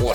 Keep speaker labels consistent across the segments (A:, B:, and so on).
A: 我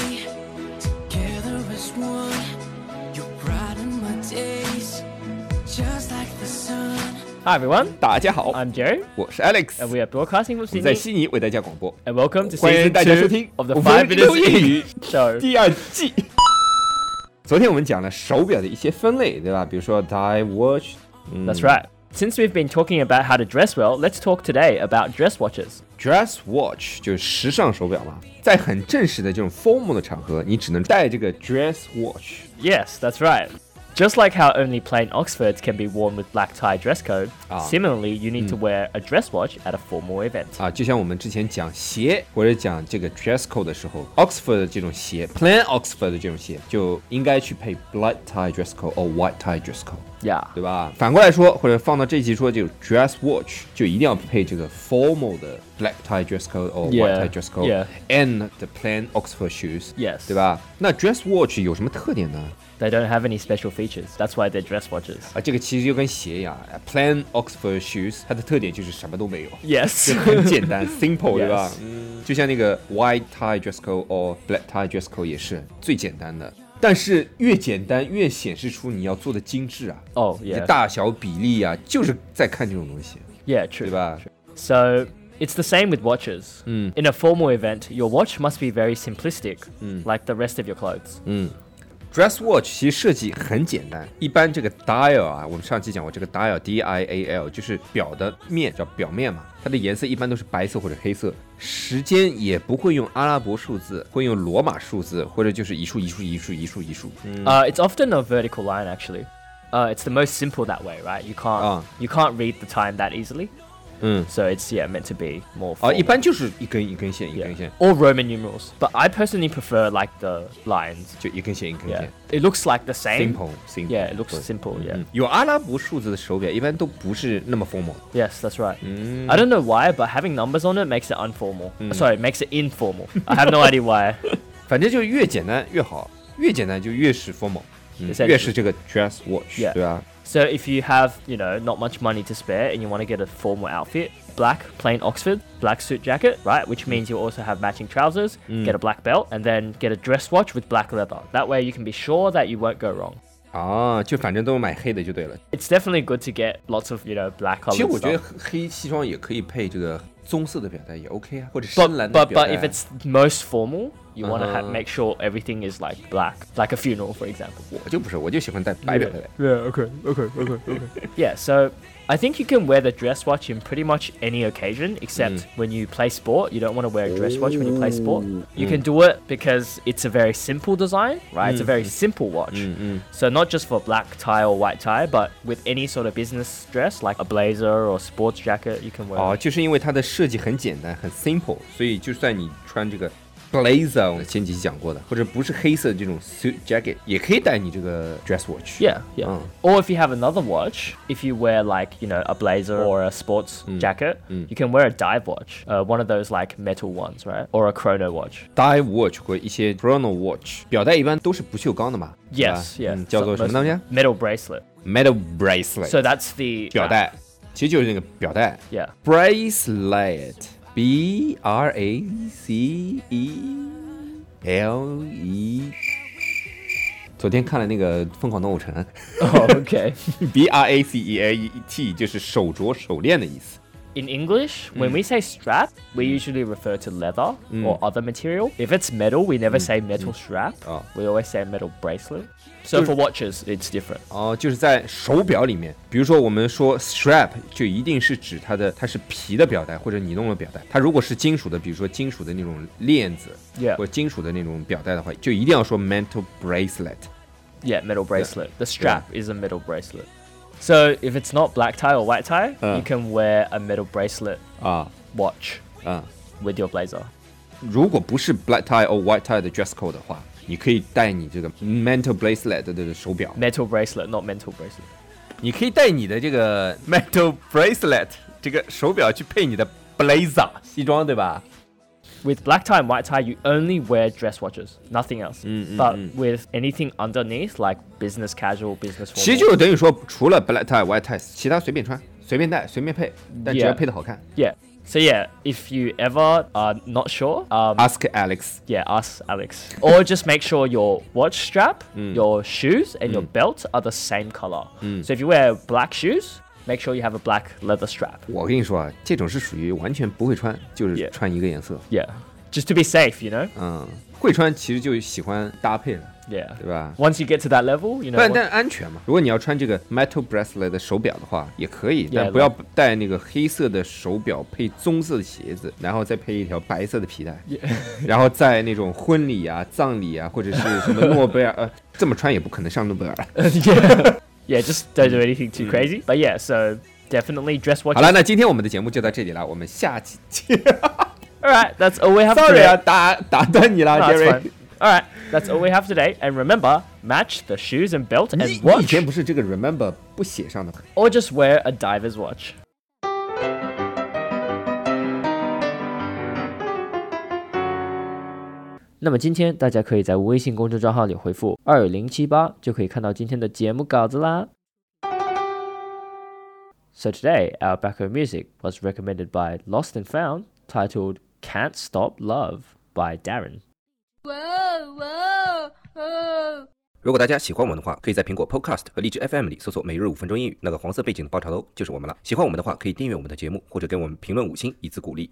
B: together as one. You're brighten my days, just like the sun.
C: Hi everyone,
D: 大家好，
C: I'm Joe,
D: 我是
C: and
D: Alex，
C: we are broadcasting from
D: 我们在
C: Sydney.
D: 悉尼为大家广播，
C: And welcome to
D: 欢迎
C: season
D: 大家收
C: two
D: 听
C: of the
D: 5
C: Five
D: 分钟
C: Minutes
D: 英
C: English
D: 语
C: Show.
D: 第二季。昨天我们讲了手表的一些分类，对吧？比如说 die watch，嗯
C: That's right. Since we've been talking about how to dress well, let's talk today about dress watches.
D: dress watch 就是时尚手表嘛，在很正式的这种 formal 的场合，你只能戴这个 dress watch。
C: Yes, that's right. Just like how only plain Oxfords can be worn with black tie dress code,
D: Ah.
C: similarly, you need to wear a dress watch at a formal event.
D: 啊，就像我们之前讲鞋或者讲这个 dress code 的时候，Oxford 的这种鞋，plain Oxford 的这种鞋就应该去配 black tie dress code or white tie dress code，
C: Yeah.
D: 对吧？反过来说，或者放到这一集说，就 dress watch 就一定要配这个 formal 的 black tie dress code or white
C: Yeah,
D: tie dress code
C: yeah.
D: and the plain Oxford shoes，
C: Yes.
D: 对吧？那 dress watch 有什么特点呢？
C: They don't have any special features. That's why they're dress watches.
D: 啊，这个其实就跟鞋一样啊，plain Oxford shoes 它的特点就是什么都没有。
C: Yes.
D: 很简单 ，simple，对吧
C: Yes.？
D: 嗯，就像那个 white tie dress code or black tie dress code 也是最简单的，但是越简单越显示出你要做的精致啊，
C: oh,
D: 你的
C: yeah.
D: 大小比例啊，就是在看这种东西，
C: Yeah, Hmm.
D: 对
C: true.
D: 吧？
C: So it's the same with watches.
D: Mm.
C: In a formal event, your watch must be very simplistic, like the rest of your clothes.
D: dress watch 其实设计很简单，一般这个 dial 啊，我们上期讲过这个 dial d i a l 就是表的面叫表面嘛，它的颜色一般都是白色或者黑色，时间也不会用阿拉伯数字，会用罗马数字或者就是一竖一竖一竖一竖一竖，嗯
C: Uh, it's often a vertical line, actually. Uh, it's the most simple that way, right? You can't
D: Ah. Mm.
C: you can't read the time that easily.
D: 嗯。
C: So it's yeah meant to be more.
D: 啊，
C: Formal.
D: 一般就是一根一根线，一根
C: yeah.
D: 线，
C: or Roman numerals, but I personally prefer like the lines.
D: 就一根线一根
C: Yeah,
D: 线
C: it looks like the same.
D: ，simple simple。Mm-hmm.
C: Yeah, it looks simple. Yeah.
D: 嗯有阿拉伯数字的手表一般都不是那么 formal。
C: Yes, that's right.
D: Mm.
C: I don't know why, but having numbers on it makes it unformal. Sorry, makes it informal. I have no idea why.
D: 反正就是越简单越好，越简单就越是 formal，嗯
C: Exactly
D: 越是这个 dress watch，
C: Yeah
D: 对啊吧？
C: So if you have, you know, not much money to spare and you want to get a formal outfit, black, plain Oxford, black suit jacket, right? Which means you'll also have matching trousers, get a black belt, and then get a dress watch with black leather. That way you can be sure that you won't go wrong.
D: 啊，就反正都买黑的就对了。
C: It's definitely good to get lots of, you know, black
D: 其实我
C: colored
D: 觉得
C: stuff.
D: 黑黑西装也可以配这个棕色的表带也 OK 啊，或者深
C: But,
D: 蓝的
C: but,
D: 表
C: but
D: 带
C: if。it's most formal, you want to
D: Uh-huh.
C: ha- make sure everything is like black, like a funeral, for example.
D: 我就不是，我就喜欢戴白表带。
C: Yeah, so I think you can wear the dress watch in pretty much any occasion except when you play sport. You don't want to wear a dress watch when you play sport. You can do it because it's a very simple design, right? It's a very simple watch. So not just for black tie or white tie, but with any sort of business dress like a blazer or sports jacket, you can wear.
D: 哦，
C: it.
D: 就是因为它的设计很简单，很 simple，所以就算你穿这个 blazer，我们前几期讲过的，或者不是黑色这种 suit jacket，也可以戴你这个 dress watch。
C: Yeah, yeah.
D: Oh.
C: Or if you have another watch, if you wear like, you know, a blazer or a sports jacket, you can wear a dive watch, uh, one of those like metal ones, right? Or a chrono watch.
D: dive watch 或一些 chrono watch 表带一般都是不锈钢的嘛
C: Yes,
D: 对
C: yes.
D: 吧嗯叫做
C: So
D: 什么东西
C: most- Metal bracelet.
D: ？metal bracelet，
C: So that's the uh,
D: 表带，其实就是那个表带
C: Yeah.
D: bracelet，b r a c e l e。昨天看了那个《疯狂动物城》。
C: Oh, okay.
D: B R A C E L E T 就是手镯、手链的意思。
C: in English, when we say strap, we usually refer to leather or other material. If it's metal, we never say metal strap.
D: Oh.
C: We always say metal bracelet. So for watches, it's different.
D: 哦，就是在手表里面，比如说我们说 strap，就一定是指它的它是皮的表带或者你弄的表带。它如果是金属的，比如说金属的那种链子
C: Yeah.
D: 或者金属的那种表带的话，就一定要说 metal bracelet。
C: Yeah, metal bracelet. The strap is a metal bracelet. So if it's not black tie or white tie,
E: Uh.
C: you can wear a metal bracelet
E: 啊
C: watch
E: 啊
C: with your blazer.
D: 如果不是 black tie or white tie 的 dress code 的话，你可以戴你这个 metal bracelet 的手表，
C: Metal bracelet, not mental bracelet.
D: 你可以戴你的这个 metal bracelet 这个手表去配你的 blazer 西装，对吧？
C: With black tie and white tie, you only wear dress watches, nothing else. but with anything underneath, like business casual, business
D: 其实
C: formal,
D: 就是等于说，除了 black tie、white tie，其他随便穿、随便戴、随便配，但只要
C: Yeah
D: 配的好看。
C: yeah. So yeah, if you ever are not sure, um,
D: Ask Alex，
C: yeah, ask Alex. Or just make sure your watch strap, your shoes, and your belt are the same color. So if you wear black shoes, make sure you have a black leather strap.
D: 我跟你说啊，这种是属于完全不会穿，就是
C: Yeah
D: 穿一个颜色。
C: Yeah, just to be safe, you know.
D: 嗯，会穿其实就喜欢搭配了，
C: Yeah.
D: 对吧？
C: Once you get to that level, you know.
D: 但
C: what-
D: 但安全嘛，如果你要穿这个 metal bracelet 的手表的话，也可以，但
C: Yeah，
D: 不要戴那个黑色的手表配棕色的鞋子，然后再配一条白色的皮带， 然后在那种婚礼啊、葬礼啊，或者是什么诺贝尔，呃， 这么穿也不可能上诺贝 尔。
C: yeah. yeah, just don't do anything too crazy. But yeah, so definitely dress
D: 好
C: watches.
D: 了，那今天我们的节目就到这里了，我们下 期见。
C: All right, that's all we have
D: Sorry
C: today.
D: 啊，打打断你了
C: No, that's
D: ，Jerry
C: fine.。All right, that's all we have today. And remember, match the shoes and belt
D: 你
C: and
D: 你以
C: watch,
D: 前不是这个 remember 不写上的吗？
C: or just wear a diver's watch. So today, our background music was recommended by Lost and Found, titled "Can't Stop Love" by Darren.
A: Whoa, whoa, oh. whoa.
D: 如果大家喜欢我们的话，可以在苹果 Podcast 和荔枝 FM 里搜索“每日五分钟英语”，那个黄色背景的爆炒头就是我们了。喜欢我们的话，可以订阅我们的节目，或者给我们评论五星以资鼓励。